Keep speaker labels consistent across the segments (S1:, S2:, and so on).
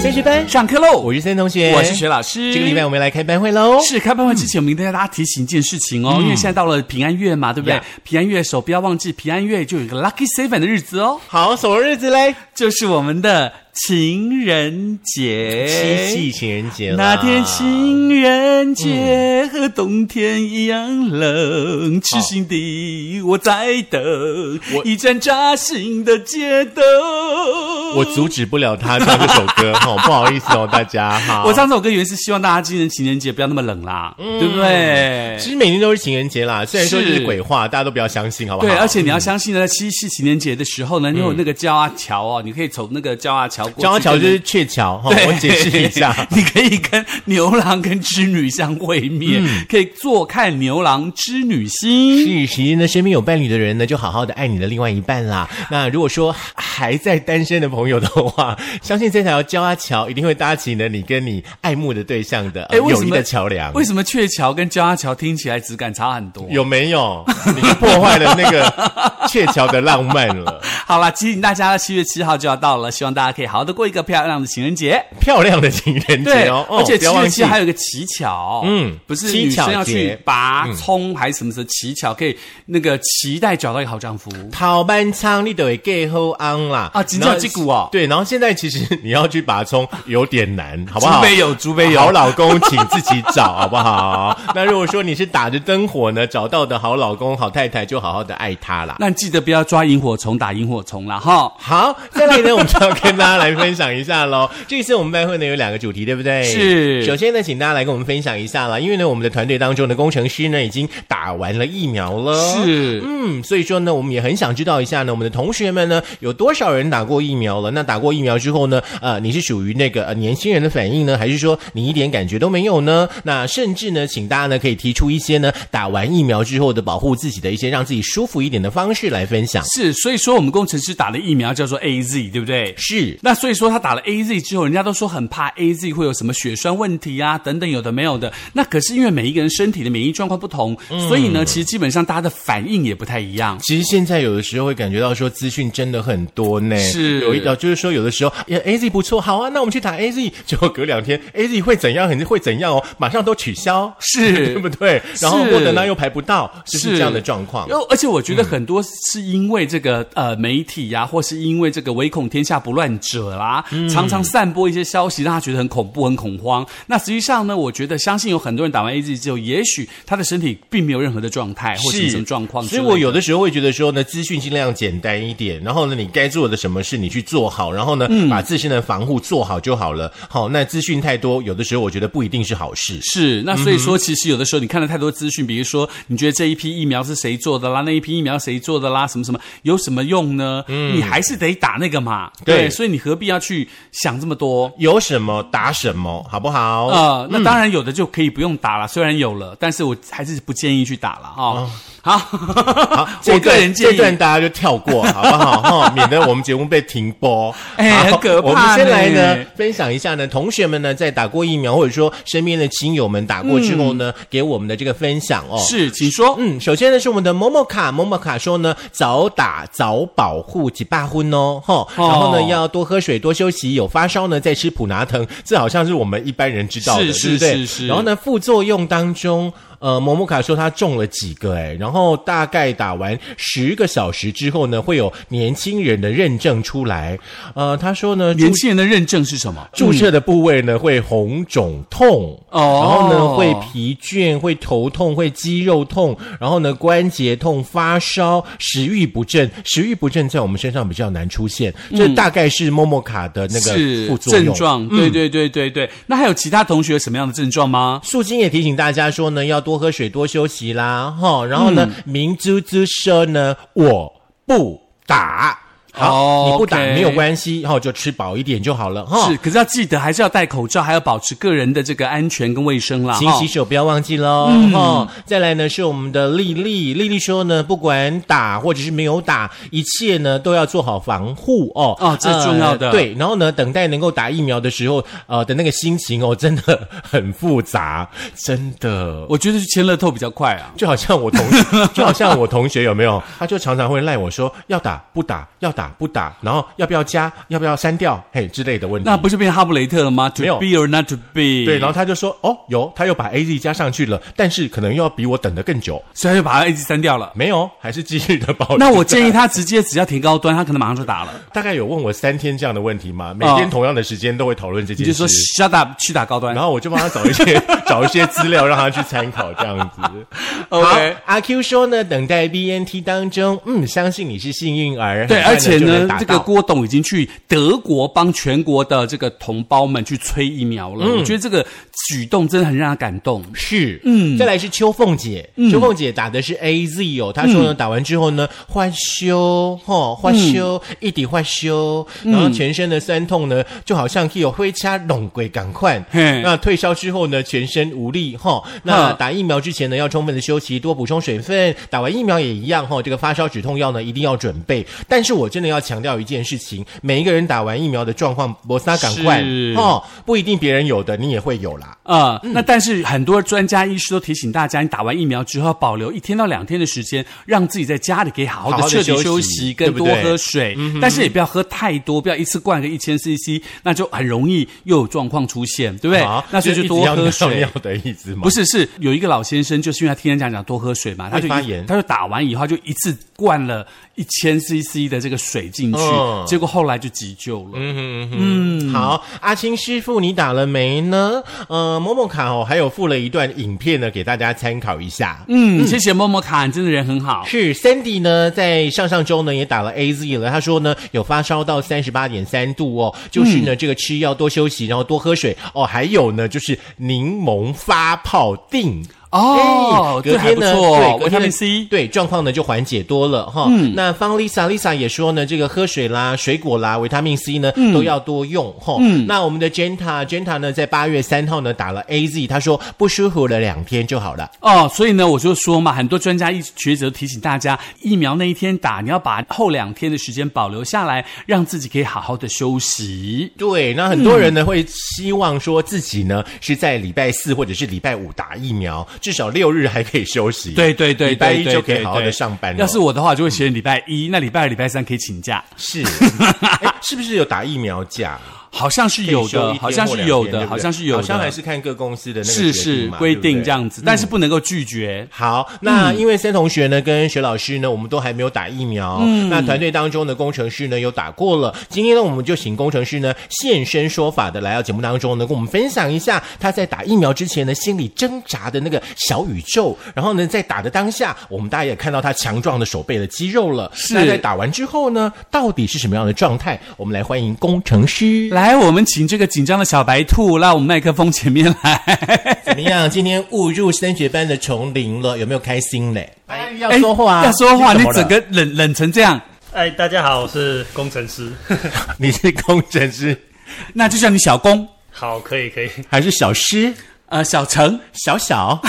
S1: 先学班，
S2: 上课喽！
S1: 我是森同学，
S2: 我是学老师。
S1: 这个礼拜我们来开班会喽。
S2: 是开班会之前，我们一定要大家提醒一件事情哦，因为现在到了平安月嘛，对不
S1: 嗯
S2: 对
S1: Yeah？
S2: 平安月的时候不要忘记，平安月就有一个 lucky seven 的日子哦，
S1: 好，什么日子嘞？
S2: 就是我们的情人节。
S1: 七夕情人节啦
S2: 哎那天情人节和冬天一样冷，痴心的我在等
S1: 我
S2: 一盏扎心的街灯。
S1: 我阻止不了他唱这首歌， 哈，不好意思哦，大家哈。
S2: 我唱这首歌原是希望大家今年情人节不要那么冷啦，
S1: 嗯
S2: 对不对？
S1: 哎其实每天都是情人节啦，虽然说这
S2: 是
S1: 是鬼话，大家都不要相信，好不好？
S2: 对，而且你要相信呢，七夕情人节的时候呢，你有那个焦阿桥哦，你可以从那个焦阿桥过去。
S1: 张阿桥就是鹊桥哈，
S2: 对。。
S1: 我解释一下
S2: 你可以跟牛郎跟织女相会面，可以坐看牛郎织女星。
S1: 嗯是，其实呢，身边有伴侣的人呢，就好好的爱你的另外一半啦。那如果说还在单身的朋友的话，相信这条焦阿桥一定会搭起呢你跟你爱慕的对象的、呃、
S2: 哎，为
S1: 友
S2: 什
S1: 谊
S2: 么
S1: 的桥梁。
S2: 为什么鹊桥跟焦阿桥听起来质感差很多？
S1: 有没 有？你就破坏了那个鹊桥的浪漫 了。
S2: 好啦，提醒大家，七月七号就要到了，希望大家可以好好的过一个漂亮的情人节。
S1: 漂亮的情人
S2: 对，
S1: 节哦，哦
S2: 而且
S1: 不
S2: 七
S1: 要忘
S2: 月
S1: 记
S2: 七还有一个乞巧，
S1: 嗯
S2: 不是
S1: 乞
S2: 女
S1: 巧嗯
S2: 生要去
S1: 节
S2: 拔葱还是什么的乞巧，可以那个期待找到一个好丈夫。
S1: 桃班仓你都会 get 后安啦
S2: 啊真的有这句哦
S1: 对，然后现在其实你要去拔葱有点 难，好不好？
S2: 竹北有竹北有
S1: 好老公请自己找， 好不好？那如果说你是打着灯火呢，找到的好老公、好太太，就好好的爱他啦。
S2: 那记得不要抓萤火虫，打萤火虫啦哈。
S1: 好，再来呢，我们就要跟大家来分享一下喽。 这一次我们班会呢有两个主题，对不对？
S2: 是
S1: 首先呢，请大家来跟我们分享一下啦，因为呢，我们的团队当中的工程师呢已经打完了疫苗了。
S2: 是
S1: 嗯，所以说呢，我们也很想知道一下呢，我们的同学们呢有多少人打过疫苗了？那打过疫苗之后呢，呃，你是属于那个、呃、年轻人的反应呢，还是说你一点感觉都没有呢？那甚至呢，请大家呢可以提出一些呢打完疫苗之后的保护自己的一些让自己舒服一点的方式来分享。
S2: 是，所以说我们工程师打的疫苗叫做 A Z，对不对？
S1: 是，
S2: 那所以说他打了 A Z 之后，人家都说很怕 A Z 会有什么血栓问题啊，等等有的没有的。那可是因为每一个人身体的免疫状况不同，
S1: 嗯
S2: 所以呢，其实基本上大家的反应也不太一样。
S1: 其实现在有的时候会感觉到说资讯真的很多呢，
S2: 是
S1: 有一呃，就是说有的时候，A Z 不错，好啊，那我们去打 A Z，结果隔两天 A Z 会怎样，很会怎样哦，马上都取消，
S2: 是
S1: 对不对？然后
S2: 是
S1: 莫德纳又排不到，就是
S2: 是
S1: 这样的状况。
S2: 又而且我
S1: 嗯
S2: 觉得很多是因为这个、呃媒体呀、或是因为这个唯恐天下不乱者啦，
S1: 嗯
S2: 常常散播一些消息，让他觉得很恐怖、很恐慌。那实际上呢，我觉得相信有很多人打完 A Z 之后，也许他的身体并没有任何的状态或是什么状况之
S1: 所
S2: 类
S1: 以
S2: 的，
S1: 我有的时候会觉得说呢，资讯尽量简单一点，然后呢，你该做的什么事你去做好，然后呢，
S2: 嗯
S1: 把自身的防护做好就好了。好，那资讯太多，有的时候我觉得不一定是好事。
S2: 是，
S1: 嗯
S2: 那所以说，其实有的时候你看了太多资讯，比如说你觉得这一批疫苗是谁做的啦，那一批疫苗谁做的啦，什么什么，有什么用呢？你还是得打那个嘛。
S1: 嗯对
S2: 所以你何必要去想这么多？
S1: 有什么打什么，好不好？
S2: 呃，
S1: 嗯
S2: 那当然有的就可以不用打了，虽然有了，但是我还是不建议去打了哈。 好，我
S1: 哦这
S2: 个
S1: 段
S2: 人建
S1: 这段
S2: 议。
S1: 大家就跳过， 好不好？哈、免得我们节目被停播。
S2: 哎
S1: 好
S2: 很可怕
S1: 我们先
S2: 呢
S1: 来呢，分享一下呢，同学们呢在打过疫苗，或者说身边的亲友们打过之后呢，
S2: 嗯
S1: 给我们的这个分享哦。。
S2: 是，请说。
S1: 嗯，首先呢是我们的某某卡，某某卡说呢，早打早保护几霸婚哦，哈，然后呢、
S2: 哦
S1: 要多喝水，多休息，有发烧呢再吃普拿疼，这好像是我们一般人知道的，
S2: 是
S1: 对不对？
S2: 是是
S1: 然后呢，副作用当中。呃，某某卡说他中了几个哎，然后大概打完十个小时之后呢，会有年轻人的认证出来。呃，他说呢，
S2: 年轻人的认证是什么？
S1: 注射的部位呢会红肿痛，
S2: 哦
S1: 然后呢会疲倦、会头痛、会肌肉痛，然后呢关节痛、发烧、食欲不振。食欲不振在我们身上比较难出现，这大概是默默卡的那个
S2: 嗯是
S1: 副作用。嗯
S2: 症状，对对对对对。那还有其他同学有什么样的症状吗？
S1: 素金也提醒大家说呢，要多喝水、多休息啦，哈、然后呢，
S2: 嗯
S1: 明珠之说呢，我不打。好，
S2: 哦
S1: 你不打
S2: OK
S1: 没有关系，然后就吃饱一点就好了哈。
S2: 是，可是要记得还是要戴口罩，还要保持个人的这个安全跟卫生啦。
S1: 勤洗
S2: 哦
S1: 手不要忘记喽。
S2: 嗯
S1: 哦，再来呢是我们的丽丽，丽丽说呢，不管打或者是没有打，一切呢都要做好防护哦。
S2: 哦这是重要的
S1: 呃对，然后呢，等待能够打疫苗的时候，呃的那个心情哦，真的很复杂，真的。
S2: 我觉得是签乐透比较快啊。
S1: 就好像我同，就好像我同学有没有？他就常常会赖我说要打不打，要打打不打，然后要不要加，要不要删掉，嘿之类的问题。
S2: 那不是变哈布雷特了吗？To
S1: 嗯没有
S2: be or not to be？
S1: 对，然后他就说哦，有，他又把 A Z 加上去了，但是可能又要比我等得更久。
S2: 所以他就把 A G 删掉了。
S1: 没有，还是继续的保。
S2: 那我建议他直接只要停高端，他可能马上就打了。
S1: 大概有问我三天这样的问题嘛，每天同样的时间都会讨论这
S2: 你
S1: 件
S2: 就
S1: 事。
S2: 说 shut up，去打高端
S1: 然。后我就帮他找一 些找一些资料，让他去参考，这样子。
S2: OK
S1: 好阿 Q 说呢，等待 BNT 当中，嗯，相信你是幸运儿。
S2: 对，而
S1: 很
S2: 且
S1: 快就
S2: 呢
S1: 能打，
S2: 这个
S1: 到
S2: 郭董已经去德国帮全国的这个同胞们去催疫苗
S1: 嗯
S2: 了。我觉得这个举动真的很让他感动。
S1: 是，嗯，再来是秋凤姐，
S2: 嗯
S1: 秋凤姐打的是 A Z 哦，她说呢，打完之后呢，换休，吼，换休，
S2: 嗯
S1: 一底换休，然后全身的酸痛呢，就好像有灰掐拢鬼赶快，
S2: 嘿
S1: 那退烧之后呢，全身无力，哈，那
S2: 嗯
S1: 打疫苗之前呢，要充分的休息，多补充水分，打完疫苗也一样，哈，这个发烧止痛药呢，一定要准备。但是我真的要强调一件事情，每一个人打完疫苗的状况，摩萨赶快
S2: 是，
S1: 哦，不一定别人有的，你也会有啦。
S2: 啊、那但是很多专家医师都提醒大家，你打完疫苗之后要保留一天到两天的时间，让自己在家里可以好好
S1: 好
S2: 的
S1: 好
S2: 彻
S1: 地
S2: 底休
S1: 休
S2: 息，
S1: 息
S2: 跟
S1: 对不
S2: 多
S1: 对嗯
S2: 喝水，但是也不要喝太多，不要一次灌个一千 CC，那就很容易又有状况出现，对不对？
S1: 好
S2: 那所以就
S1: 一直
S2: 多
S1: 要
S2: 喝
S1: 尿
S2: 水
S1: 尿。的意思吗？
S2: 不是，是有一个老先生，就是因为他听人家讲多喝水嘛，他就
S1: 会
S2: 一
S1: 发炎
S2: 他就打完以后他就一次灌了一千 CC 的这个水进去，
S1: 嗯
S2: 结果后来就急救了。
S1: 嗯，好，阿青师傅，你打了没呢？呃，某某卡哦，还有附了一段影片呢，给大家参考一下。
S2: 嗯，谢谢默默卡，你真的人很好。
S1: 是 Sandy 呢，在上上周呢也打了 AZ 了，他说呢有发烧到三十八点三度哦，就是
S2: 嗯
S1: 呢、这个吃药多休息，然后多喝水哦，还有呢就是柠檬发泡定。
S2: 哦，
S1: 隔
S2: 这还
S1: 天
S2: 不
S1: 呢，
S2: 错，
S1: 对，
S2: 维
S1: 隔
S2: 他
S1: 天的
S2: 命 C。嗯
S1: 对状况呢就缓解多了哈。那方 Lisa Lisa 也说呢，这个喝水啦、水果啦、维他命 C 呢、
S2: 嗯
S1: 都要多用哈。那我们的 Jenta Jenta 呢，在八月三号呢打了 AZ，他说不舒服了两天就好了。
S2: 哦，所以呢，我就说嘛，很多专家医学者都提醒大家，疫苗那一天打，你要把后两天的时间保留下来，让自己可以好好的休息。
S1: 对，那很多人呢、会希望说自己呢是在礼拜四或者是礼拜五打疫苗，至少六日还可以休息。
S2: 对对对，
S1: 礼拜一
S2: 对
S1: 就可以
S2: 对
S1: 好好
S2: 对
S1: 的上班了。
S2: 要是我的话，我就会写礼拜一，那礼拜二、礼拜三可以请假，
S1: 是诶 是不是有打疫苗假？
S2: 好像是有
S1: 可以休一
S2: 的，
S1: 天
S2: 好像
S1: 或
S2: 是
S1: 两
S2: 有
S1: 天对
S2: 的，
S1: 不对
S2: 好像是有
S1: 好像还
S2: 的，
S1: 是看各公司的那个决
S2: 是
S1: 定
S2: 是
S1: 嘛
S2: 规
S1: 对不对
S2: 定这样子，但是不能够拒绝。
S1: 好，那
S2: 嗯
S1: 因为森同学呢跟学老师呢，我们都还没有打疫苗。
S2: 嗯
S1: 那团队当中的工程师呢有打过了。今天呢，我们就请工程师呢现身说法的来到节目当中呢，跟我们分享一下他在打疫苗之前呢心里挣扎的那个小宇宙。然后呢，在打的当下，我们大家也看到他强壮的手背的肌肉了。
S2: 是
S1: 那在打完之后呢，到底是什么样的状态？我们来欢迎工程师。
S2: 来，我们请这个紧张的小白兔来我们麦克风前面来。
S1: 怎么样？今天误入升学班的丛林了，有没有开心嘞？哎， 要
S2: 哎要说话，你整个冷冷成这样，
S3: 哎，大家好，我是工程师。
S1: 你是工程师
S2: 那就叫你小公，
S3: 好，可以，可以。
S1: 还是小师？
S2: 呃，小程。
S1: 小 小，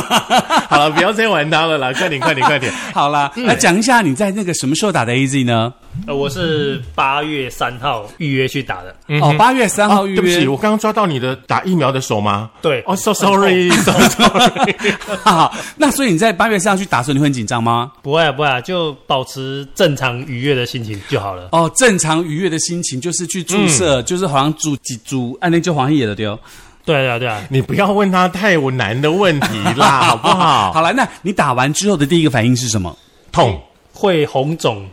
S1: 好了，不要再玩他了啦！快点，快点，快点！ 嗯
S2: 好啦，来讲一下你在那个什么时候打的 AZ 呢？
S3: 呃，我是八月三号预约去打的。
S1: 嗯
S2: 哦，八月三号预
S1: 啊对不起，
S2: 约。
S1: 我刚刚抓到你的打疫苗的手吗？
S3: 对
S1: 哦、s o sorry，so sorry。
S2: 好，那所以你在八月三号去打的时候，你会很紧张吗？
S3: 不会、啊，不会、啊，就保持正常愉悦的心情就好了。
S2: 哦，正常愉悦的心情就是去注射，
S1: 嗯
S2: 就是好像注几注，按那就黄野的哦丢。
S3: 对啊，对啊，对啊。
S1: 你不要问他太难的问题啦，好不好？
S2: 啊 好了，那你打完之后的第一个反应是什么？
S1: 痛，
S3: 会红肿，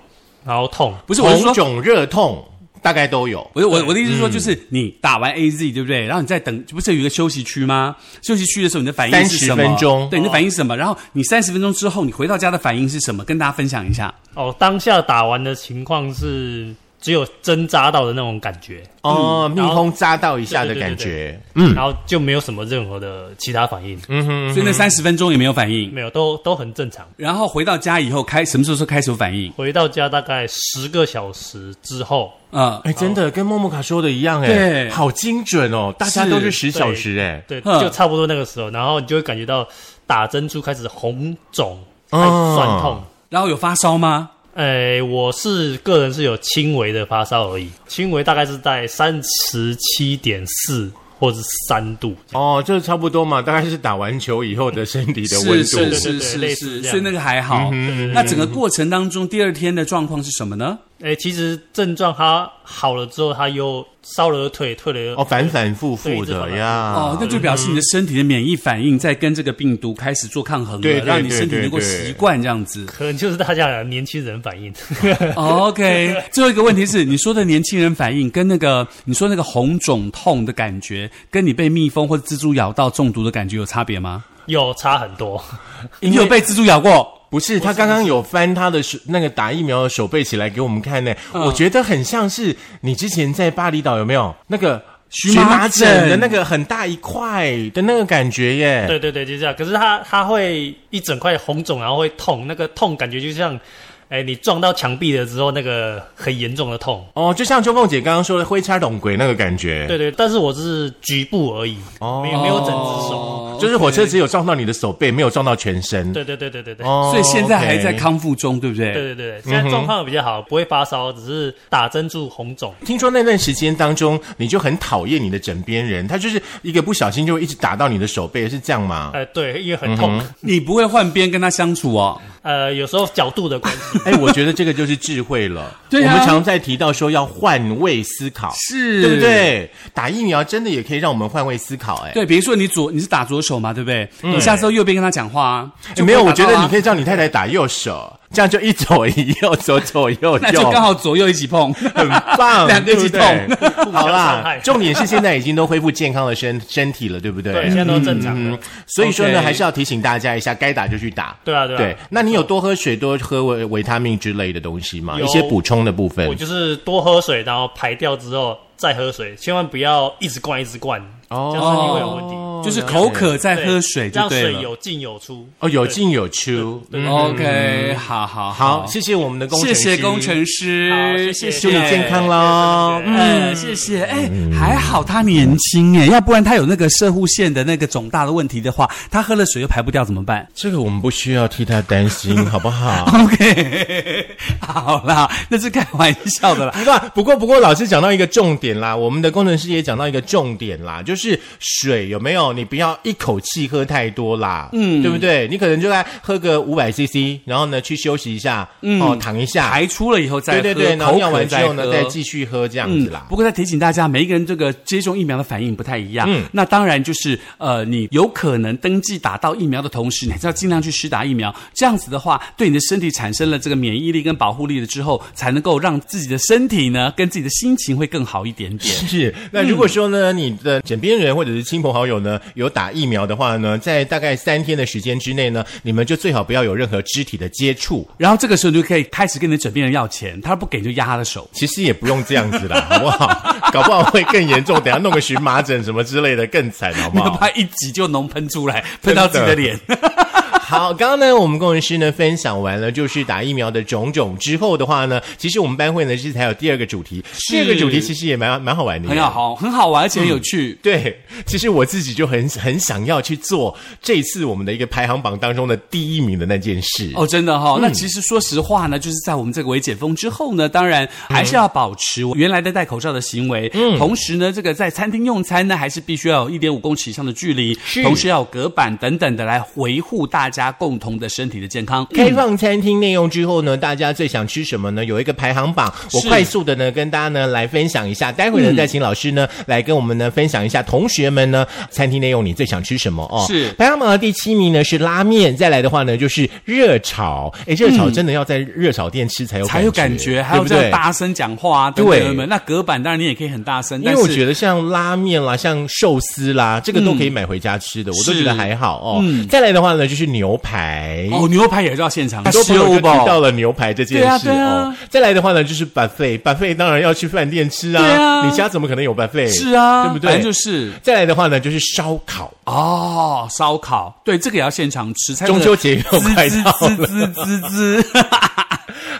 S3: 然后痛。
S2: 不是，我是
S1: 红
S2: 说。
S1: 肿、热痛，大概都有。
S2: 我我我的意思是说，就是你打完 A Z 对不对？然后你再等，不是有一个休息区吗？休息区的时候，你的反应是
S1: 30
S2: 什么？
S1: 分钟
S2: 对，你的反应是什么？然后你三十分钟之后，你回到家的反应是什么？跟大家分享一下。
S3: 哦，当下打完的情况是只有针扎到的那种感
S2: 嗯
S3: 觉，
S1: 哦，蜜
S3: 然后
S1: 蜂扎到一下的
S3: 对对对
S1: 感
S3: 对
S1: 觉。
S3: 嗯，然后就没有什么任何的其他反应，嗯，
S2: 所以那三十分钟也没有反应。
S3: 没有，都都很正常。
S2: 然后回到家以后开什么时候说开始有反应？
S3: 回到家大概十个小时之后，
S2: 呃，
S1: 哎，真的跟默默卡说的一样，哎，
S2: 对
S1: 好精准哦，大家都是
S2: 是
S1: 十小时，哎，
S3: 对，
S2: 嗯
S3: 就差不多那个时候，然后你就会感觉到打针珠开始红肿，
S1: 哦
S3: 开始酸痛。
S2: 然后有发烧吗？
S3: 哎，我是个人是有轻微的发烧而已，轻微大概是在三十七点四或是三度。
S1: 哦，这差不多嘛，大概是打完球以后的身体的温
S2: 是
S1: 度。
S2: 是
S3: 对
S2: 是
S3: 对对
S2: 是
S3: 类
S2: 是，
S3: 似这
S2: 嗯
S3: 样
S2: 所以那个还好。那整个过程当中，第二天的状况是什么呢？
S3: 哎、其实症状它好了之后，它又烧了又退，退了又
S1: 哦，反反复复
S3: 对这
S1: 的
S3: 反
S1: 呀，
S2: 哦，那就表示你的身体的免疫反应在跟这个病毒开始做抗衡了，
S1: 对对
S2: 让你
S1: 对
S2: 身体
S1: 对
S2: 能够
S1: 对
S2: 习惯这样子。
S3: 可能就是大家年轻人反应。
S2: 哦 OK，最后一个问题是，你说的年轻人反应跟那个你说那个红肿痛的感觉，跟你被蜜蜂或者蜘蛛咬到中毒的感觉有差别吗？
S3: 有差很多，
S2: 你有被蜘蛛咬过？
S1: 不是，他刚刚有翻他的手那个打疫苗的手背起来给我们看呢、
S2: 嗯
S1: 我觉得很像是你之前在巴厘岛有没有那个
S2: 荨麻疹
S1: 的那个很大一块的那个感觉耶？
S3: 对对对，就是这样。可是它它会一整块红肿，然后会痛，那个痛感觉就像，哎、你撞到墙壁了之后那个很严重的痛。
S1: 哦，就像秋凤姐刚刚说的灰叉懂鬼那个感觉，
S3: 对对，但是我是局部而已，
S1: 哦
S3: 没有没有整只手。
S2: 哦
S1: 就是火车只有撞到你的手背，没有撞到全身。
S3: 对对对对对对。
S1: 哦，
S2: 所以现在还
S1: OK
S2: 在康复中，对不对？
S3: 对对对，现在状况比较好，不会发烧，只是打针住红肿。
S1: 听说那段时间当中，你就很讨厌你的枕边人，他就是一个不小心就会一直打到你的手背，是这样吗？
S3: 呃，对，因为很
S1: 嗯
S3: 痛。
S2: 你不会换边跟他相处哦。
S3: 呃，有时候角度的关系。
S1: 哎、我觉得这个就是智慧了。
S2: 对啊
S1: 我们常在提到说要换位思考，
S2: 是
S1: 对不？对？打疫苗真的也可以让我们换位思考、哎。
S2: 对，比如说你左你是打左手嘛，对不对？你下次都右边跟他讲话啊
S1: 嗯哎，没有，我觉得你
S2: 以，
S1: 可以叫你太太打右手，这样就一左一右，左左右右，
S2: 那就刚好左右一 起碰，
S1: 很棒，
S2: 两个一起
S1: 对不对 好
S3: 互相伤
S1: 啦
S3: 害，
S1: 重点是现在已经都恢复健康的身身体了，对不对？嗯
S3: 对，现在都正常的。
S1: 所以说呢
S2: 嗯 OK
S1: 还是要提醒大家一下，该打就去打。
S3: 对啊对啊
S1: 那你有多喝水、多喝维维他命之类的东西吗？
S3: 有
S1: 一些补充的部分
S3: 我。就是多喝水，然后排掉之后再喝水，千万不要一直灌一直灌，
S1: 哦
S3: 这样身体会有问题。
S2: 就是口渴在
S3: 对
S2: 喝水就
S3: 让
S2: 对
S3: 水
S2: 了。
S3: 有进有出。
S1: 哦，有进有出。嗯
S2: OK，好好
S1: 好，谢谢我们的工程
S2: 谢
S1: 师，
S2: 谢工程
S3: 好
S2: 师，
S3: 谢谢
S1: 祝你健康喽。嗯
S2: 嗯，谢谢。哎，还好他年轻哎，要不然他有那个射护腺的那个肿大的问题的话，他喝了水又排不掉怎么 办？
S1: 这个我们不需要替他担心，好不 好？
S2: OK，好 啦，那是开玩笑的啦。
S1: 不过不过不过，老师讲到一个重点啦，我们的工程师也讲到一个重点啦，就是水有没有？你不要一口气喝太多啦，嗯，对不对？你可能就来喝个五百 CC，然后呢去休息一下，嗯，哦，躺一下，
S2: 排出了以后再
S1: 对
S2: 喝，
S1: 对对，然后
S2: 口
S1: 尿
S2: 渴
S1: 完之后呢
S2: 喝
S1: 再继续喝这样
S2: 嗯
S1: 子啦，。
S2: 不过再提醒大家，每一个人这个接种疫苗的反应不太一样。嗯，那当然就是呃，你有可能登记打到疫苗的同时，你还是要尽量去施打疫苗。这样子的话，对你的身体产生了这个免疫力跟保护力了之后，才能够让自己的身体呢跟自己的心情会更好一点点。
S1: 是，那如果说呢，你的枕边人或者是亲朋好友呢有打疫苗的话呢，在大概三天的时间之内呢，你们就最好不要有任何肢体的接触。
S2: 然后这个时候你就可以开始跟你的枕边人要钱，他不给就压他的手。
S1: 其实也不用这样子啦，好不好？搞不好会更严重，等下弄个荨麻疹什么之类的嗯更惨，好不
S2: 哪
S1: 好？
S2: 怕一挤就脓喷出来，喷到自己的脸。
S1: 好，刚刚呢，我们工程师呢分享完了就是打疫苗的种种之后的话呢，其实我们班会呢是还有第二个主题，第二个主题其实也蛮蛮好玩的，
S2: 很好，很好玩，而且很有趣。
S1: 对，其实我自己就很很想要去做这次我们的一个排行榜当中的第一名的那件事。
S2: 哦，真的哈、
S1: 嗯
S2: 那其实说实话呢，就是在我们这个微解封之后呢，当然还是要保持原来的戴口罩的行为。嗯，同时呢，这个在餐厅用餐呢，还是必须要有一点五公尺以上的距离，
S1: 是
S2: 同时要有隔板等等的来维护大家共同的身体的健康。
S1: 开放餐厅内容之后呢，大家最想吃什么呢？有一个排行榜，我
S2: 是嗯
S1: 快速的呢跟大家呢来分享一下，待会呢再请老师呢来跟我们呢分享一下，同学们呢餐厅内容你最想吃什么哦？
S2: 是
S1: 排行榜的第七名呢是拉面，再来的话呢就是热炒，哎，热炒真的要在热炒店吃才有
S2: 嗯才有感觉，还
S1: 对
S2: 有
S1: 不
S2: 这样
S1: 对？
S2: 大声讲话啊，等等
S1: 对
S2: 等等。那隔板当然你也可以很大声，
S1: 因为我
S2: 但是
S1: 觉得像拉面啦、像寿司啦，这个都可以买回家吃的，我都觉得
S2: 嗯是嗯
S1: 还好哦。再来的话呢，就是牛排。
S2: 哦，牛排也是要现场
S1: 很多朋
S2: 吃
S1: 友就
S2: 哦
S1: 提到了牛排这件事
S2: 对啊对啊
S1: 哦。再来的话呢，就是 buffet，buffet 当然要去饭店吃啊，
S2: 对啊
S1: 你家怎么可能有 buffet？
S2: 是啊，
S1: 对不对？
S2: 反正就是
S1: 再来的话呢，就是烧烤，
S2: 哦，烧烤，对，这个也要现场吃。才
S1: 中秋节又
S2: 滋滋
S1: 快
S2: 滋
S1: 到了。
S2: 滋滋滋滋，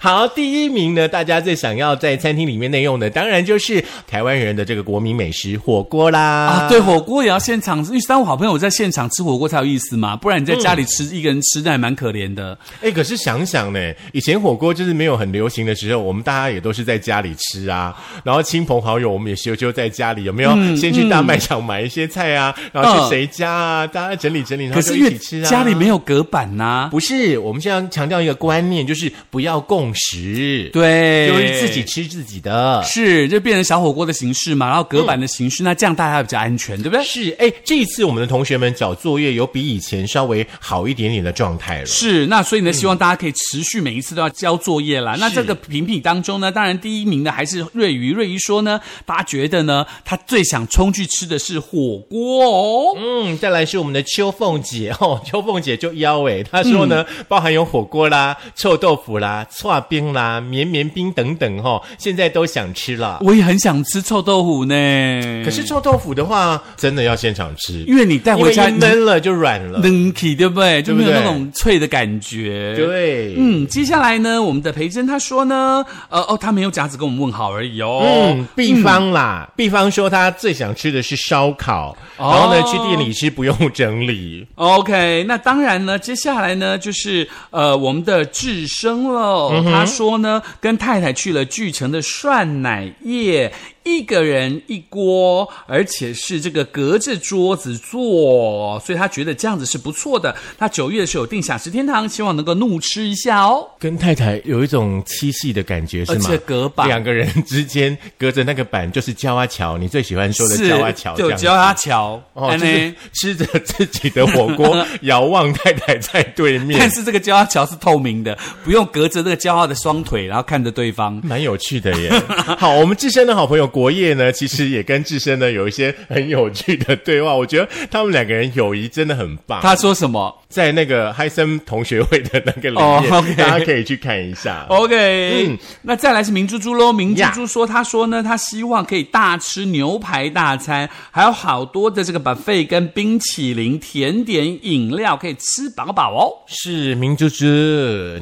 S1: 好，第一名呢，大家最想要在餐厅里面内用的，当然就是台湾人的这个国民美食火锅啦。
S2: 啊，对，火锅也要现场吃，因为三五好朋友在现场吃火锅才有意思嘛，不然你在家里吃、一个人吃那也蛮可怜的。
S1: 哎，可是想想呢，以前火锅就是没有很流行的时候，我们大家也都是在家里吃啊，然后亲朋好友我们也修修在家里，有没有？
S2: 嗯
S1: 先去大卖场买一些菜啊，然后去谁家啊，大家整理整理，然
S2: 可
S1: 后
S2: 是
S1: 就
S2: 因
S1: 一起
S2: 为
S1: 吃啊。
S2: 家里没有隔板呐、
S1: 不是，我们现在强调一个观念，就是不要共共识，
S2: 对，
S1: 就是自己吃啊自己的。
S2: 是，就变成小火锅的形式嘛，然后隔板的形式，那这样大家比较安全，对不对？
S1: 嗯是，哎，这一次我们的同学们交作业有比以前稍微好一点点的状态了。
S2: 是，那所以呢，希望大家可以持续每一次都要交作业啦。那
S1: 嗯是
S2: 这个评比当中呢，当然第一名呢还是瑞鱼。瑞鱼说呢，他觉得呢，他最想冲去吃的是火锅哦。
S1: 嗯，再来是我们的秋凤姐哦，秋凤姐就腰尾，她说呢，包含有火锅啦、臭豆腐啦、串冰啦、绵绵冰等等哦，现在都想吃了。
S2: 我也很想吃臭豆腐呢，
S1: 可是臭豆腐的话，真的要现场吃，
S2: 因为你带
S1: 因
S2: 回
S1: 为
S2: 家
S1: 一闷了就软了。
S2: 冷气，对不对？就没有
S1: 对不
S2: 那
S1: 对
S2: 种脆的感觉。
S1: 对，
S2: 嗯，接下来呢，我们的培珍他说呢，呃哦，他没有夹子跟我们问好而已哦。
S1: 嗯，毕方啦，毕方说他最想吃的是烧烤，
S2: 哦
S1: 然后呢，去店里吃不用整理。
S2: OK，那当然呢，接下来呢就是呃我们的智生喽，
S1: 嗯
S2: 他说呢跟太太去了巨城的涮奶业，一个人一锅，而且是这个隔着桌子做，所以他觉得这样子是不错的。他九月的时候有定享食天堂，希望能够怒吃一下哦。
S1: 跟太太有一种七夕的感觉，是吗？
S2: 而且隔板
S1: 两个人之间隔着那个板就是交啊桥，你最喜欢说的
S2: 是
S1: 交啊桥，这
S2: 就
S1: 样子
S2: 教他瞧，
S1: 哦，就
S2: 安
S1: 是
S2: 呢
S1: 吃着自己的火 锅，遥望太太在对面
S2: 但，是这个交叉桥是透明的，不用隔着这个交叉的双腿，然后看着对方。
S1: 蛮有趣的耶。 好，我们智深的好朋友国业呢，其实也跟智深呢有一些很有趣的对话，我觉得他们两个人友谊真的很棒。
S2: 他说什么
S1: 在那个嗨森同学会的那个里面，
S2: 哦，OK 哦
S1: 大家可以去看一下。
S2: ？OK，、
S1: 嗯
S2: 那再来是明珠珠喽。明珠
S1: 呀
S2: 珠说，她说呢，她希望可以大吃牛排大餐，还有好多的这个 buffet 跟冰淇淋、甜点、饮料，可以吃饱饱哦。
S1: 是明珠珠，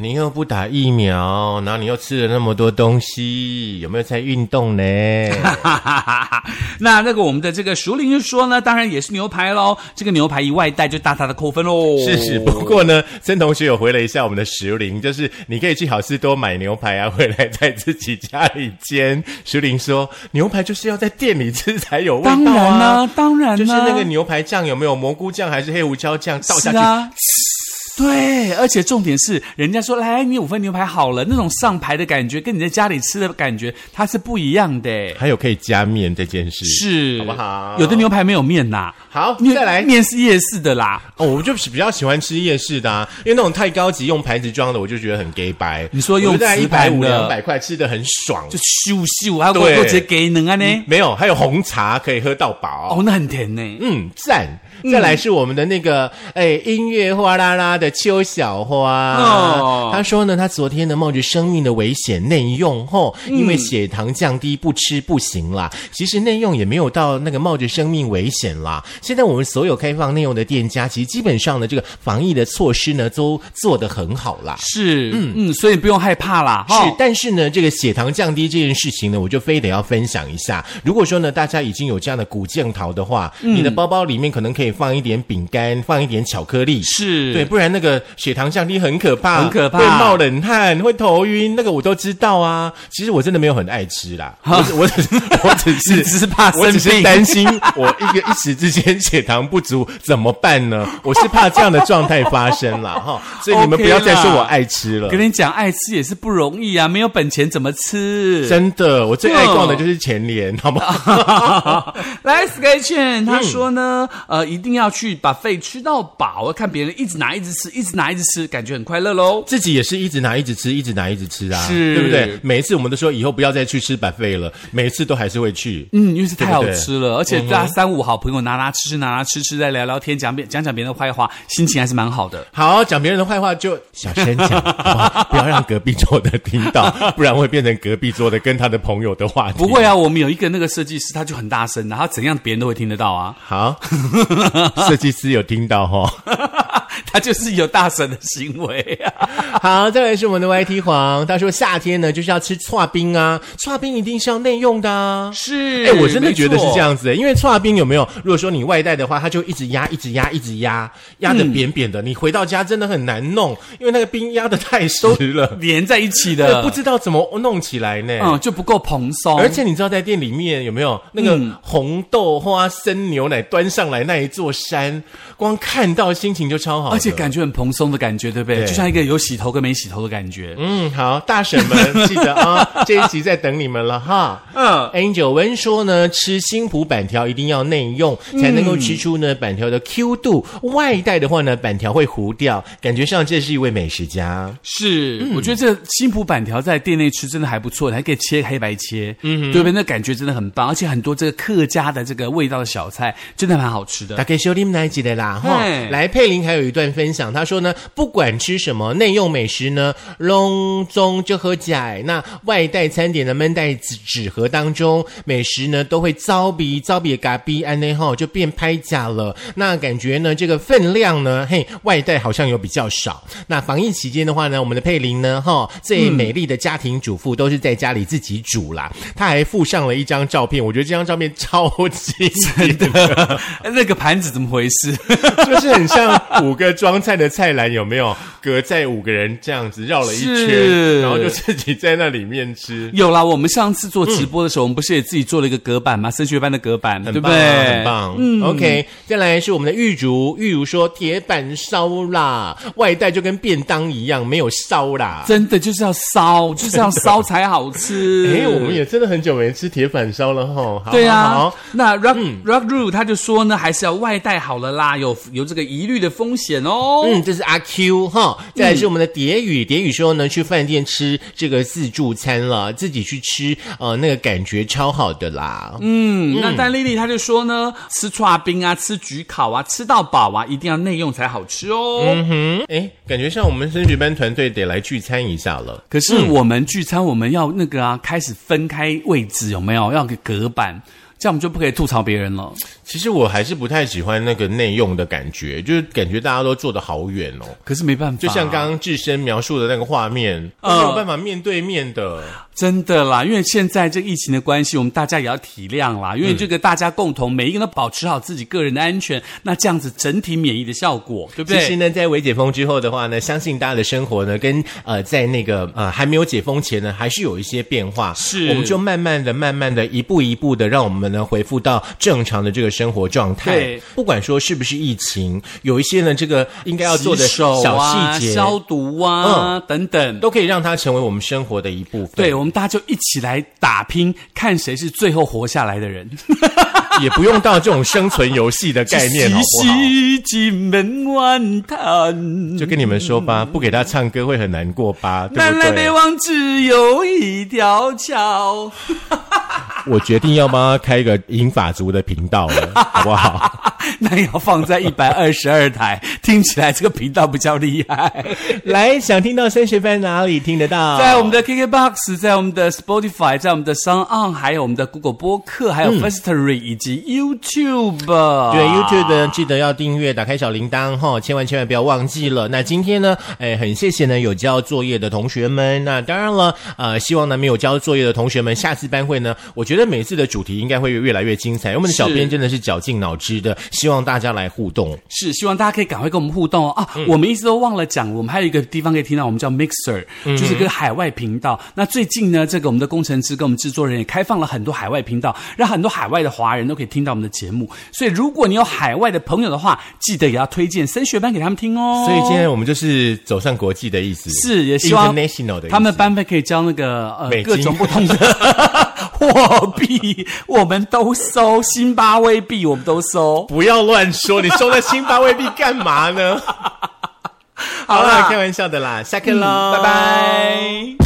S1: 你又不打疫苗，然后你又吃了那么多东西，有没有在运动呢？
S2: 哈哈哈哈！那那个我们的这个熟龄就说呢，当然也是牛排喽。这个牛排一外带就大大的扣分喽。
S1: 是是，不过呢，曾同学有回了一下我们的石林，就是你可以去好事多买牛排啊，回来在自己家里煎。石林说，牛排就是要在店里吃才有味道啊。
S2: 当然啦、当然啦、啊
S1: 就是那个牛排酱有没有蘑菇酱还是黑胡椒酱倒下
S2: 是
S1: 去？
S2: 啊。对，而且重点是，人家说来你五份牛排好了，那种上牌的感觉，跟你在家里吃的感觉，它是不一样的。
S1: 还有可以加面这件事，
S2: 是，
S1: 好不好？
S2: 有的牛排没有面呐，
S1: 好，
S2: 面
S1: 再来
S2: 面是夜市的啦。
S1: 哦，我就是比较喜欢吃夜市的、啊，因为那种太高级用盘子装的，我就觉得很 gay 白。
S2: 你说用
S1: 在一
S2: 瓷
S1: 百
S2: 盘
S1: 五
S2: 的
S1: 两百块吃的很爽，
S2: 就咻咻，还有过
S1: 对
S2: 过节给能啊呢，
S1: 没有，还有红茶可以喝到饱。
S2: 哦，那很甜呢。
S1: 嗯，赞！再来是我们的那个哎、音乐哗啦啦的邱小花，
S2: 哦
S1: 她说呢，她昨天呢冒着生命的危险内用后，因为血糖降低不吃不行啦。其实内用也没有到那个冒着生命危险啦。现在我们所有开放内用的店家，其实基本上呢，这个防疫的措施呢都做得很好啦。
S2: 是，嗯嗯，所以不用害怕啦。
S1: 是
S2: 哈，
S1: 但是呢，这个血糖降低这件事情呢，我就非得要分享一下。如果说呢，大家已经有这样的骨健桃的话，
S2: 嗯
S1: 你的包包里面可能可以放一点饼干，放一点巧克力。
S2: 是，
S1: 对，不然那个血糖降低很可怕，
S2: 很可怕
S1: 会冒冷汗，会头晕，那个我都知道啊。其实我真的没有很爱吃啦，我只我只 是我只
S2: 你
S1: 是
S2: 只是怕
S1: 我只
S2: 生
S1: 是
S2: 病
S1: 担心我一个一时之间血糖不足怎么办呢？我是怕这样的状态发生啦。哈，所以你们
S2: OK
S1: 不要再说我
S2: 啦
S1: 爱吃了。
S2: 跟你讲，爱吃也是不容易啊，没有本钱怎么吃？
S1: 真的，我最爱逛的就是前联，好 吗？
S2: 来，Sky Chen，他
S1: 嗯
S2: 说呢，呃，一定要去把肺吃到饱，看别人一直拿，一直吃，一直拿，一直吃，感觉很快乐喽。
S1: 自己也是一直拿，一直吃，一直拿，一直吃啊，
S2: 是
S1: 对不对？每一次我们都说以后不要再去吃百费了，每一次都还是会去。
S2: 嗯，因为是太好
S1: 对不对嗯
S2: 吃了，而且大家三五好朋友拿拿吃吃拿拿吃吃，再聊聊天，讲别讲讲别人的坏话，心情还是蛮好的。
S1: 好，讲别人的坏话就小声 讲，好不好？不要让隔壁桌的听到，不然会变成隔壁桌的跟他的朋友的话题。
S2: 不会啊，我们有一个那个设计师，他就很大声，然后怎样别人都会听得到啊，
S1: 好，设计师有听到哈、
S2: 他就是有大声的行为啊。
S1: 好，再来是我们的 YT 黄，他说夏天呢就是要吃串冰啊，串冰一定是要内用的啊。
S2: 是
S1: 哎、我真的觉得是这。样子、因为串冰有没有？如果说你外带的话，它就一直压，一直压，一直压，压的扁扁的、你回到家真的很难弄，因为那个冰压的太 实了，
S2: 连在一起
S1: 对
S2: 的，
S1: 呃不知道怎么弄起来呢。
S2: 嗯就不够蓬松，
S1: 而且你知道，在店里面有没有那个
S2: 嗯
S1: 红豆花生牛奶端上来那一座山，光看到心情就超好的。
S2: 而且感觉很蓬松的感觉，对不对？
S1: 哦对
S2: 就像一个有洗头跟没洗头的感觉。
S1: 嗯，好，大婶们记得啊、 这一集在等你们了哈。
S2: 嗯，
S1: Angel 温说呢，吃新浦板条一定要内用，才能够吃出呢板条的 Q 度。外带的话呢，板条会糊掉，感觉上这是一位美食家。
S2: 是，
S1: 嗯
S2: 我觉得这新浦板条在店内吃真的还不错，还可以切黑白切，嗯，对不对？那感觉真的很棒，而且很多这个客家的这个味道的小菜，真的蛮好吃
S1: 大
S2: 的。
S1: 概修你们那一集的啦哈
S2: 嘿。
S1: 来，佩林还有一段分享，他说呢，不管吃什么内用美食呢，隆中就喝假，那外带餐点的闷袋纸纸盒当中，美食呢都会糟逼糟逼嘎逼安内哈，就变拍假了。那感觉呢，这个分量呢，嘿，外带好像有比较少。那防疫期间的话呢，我们的佩林呢，哈，最美丽的家庭主妇都是在家里自己煮啦。她还附上了一张照片，我觉得这张照片超级 真的。
S2: 那个盘子怎么回 事？
S1: 就是很像五个装菜的菜篮，有没有？隔在五个人这样子绕了一圈，
S2: 是
S1: 然后就自己在那里面吃。
S2: 有啦，我们上次做直播的时候，我们不是也自己做了一个隔板吗？升学班的隔板，对
S1: 很
S2: 不
S1: 棒、
S2: 对？
S1: 啊，很棒。嗯，OK，再来是我们的玉竹，玉竹说铁板烧啦，外带就跟便当一样，没有烧啦。
S2: 真的就是要烧，就是要烧才好 吃。
S1: 哎，我们也真的很久没吃铁板烧了吼。好
S2: 对
S1: 好好
S2: 啊，那 Rock、Rock Rule 他就说呢，还是要外带好了啦，有有这个疑虑的风险哦。
S1: 嗯，这是阿 Q 哈，再来是我们的蝶语，
S2: 嗯
S1: 蝶语说呢，去饭店吃这个自助餐了，自己去吃，呃，那个感觉超好的啦。
S2: 嗯，那但丽丽她就说呢，吃串冰啊，吃焗烤啊，吃到饱啊，一定要内用才好吃哦。
S1: 嗯，哎，感觉像我们升学班团队得来聚餐一下了。
S2: 可是我们聚餐，我们要那个啊，开始分开位置，有没有？要给隔板，这样我们就不可以吐槽别人了。
S1: 其实我还是不太喜欢那个内用的感觉，就是感觉大家都坐得好远哦。
S2: 可是没办法，
S1: 就像刚刚志深描述的那个画面，都
S2: 嗯
S1: 没有办法面对面的。
S2: 真的啦，因为现在这疫情的关系，我们大家也要体谅啦。因为这个大家共同，每一个人都保持好自己个人的安全，那这样子整体免疫的效果，对不
S1: 其实
S2: 对？
S1: 呢，在微解封之后的话呢，相信大家的生活呢，跟呃，在那个呃还没有解封前呢，还是有一些变化。
S2: 是
S1: 我们就慢慢的、慢慢的、一步一步的，让我们呢回复到正常的这个生活状态
S2: 对。
S1: 不管说是不是疫情，有一些呢，这个应该要做的
S2: 洗手
S1: 小
S2: 啊、
S1: 细节，嗯
S2: 消毒啊、等等。
S1: 都可以让它成为我们生活的一部分。
S2: 对，我们大家就一起来打拼，看谁是最后活下来的人。
S1: 也不用到这种生存游戏的 概念，好不好？
S2: 一进门万叹，
S1: 就跟你们说吧，不给他唱歌会很难过吧，对
S2: 南
S1: 不
S2: 嗯来北
S1: 对？
S2: 往只有一条桥。
S1: 我决定要帮他开一个银法族的频道了，好不 好？
S2: 那要放在一百二十二台， 听起来这个频道比较厉害。
S1: 来，想听到升学班哪里听得到？
S2: 在我们的 KKBOX，在我们的 Spotify，在我们的 Sound On，还有我们的 Google 播客，还有 Firstory、以及 YouTube。
S1: 嗯对
S2: 对
S1: YouTube 呢，记得要订阅，打开小铃铛哈，千万千万不要忘记了。那今天呢，哎，很谢谢呢有交作业的同学们。那当然了，呃，希望呢没有交作业的同学们，下次班会呢，我觉得每次的主题应该会越来越精彩。因为我们的小编
S2: 是
S1: 真的是绞尽脑汁的，希望大家来互动。
S2: 是，希望大家可以赶快跟我们互动哦啊！我们一直都忘了讲，我们还有一个地方可以听到，我们叫 Mixer，、就是一个海外频道。那最近呢，这个我们的工程师跟我们制作人也开放了很多海外频道，让很多海外的华人都可以听到我们的节目。所以，如果你有海外的朋友的话，记得也要推荐升学班给他们听哦。
S1: 所以今天我们就是走上国际的意思，
S2: 是也希望
S1: international 的意思
S2: 他们班费可以交那个呃
S1: 美金
S2: 各种不 同的货币，我们都收，津巴威币我们都收。
S1: 不要乱说，你收了辛巴威币干 嘛呢？好
S2: 好
S1: 啦，嗯
S2: 啦
S1: 开玩笑的啦，下课喽，
S2: 拜拜。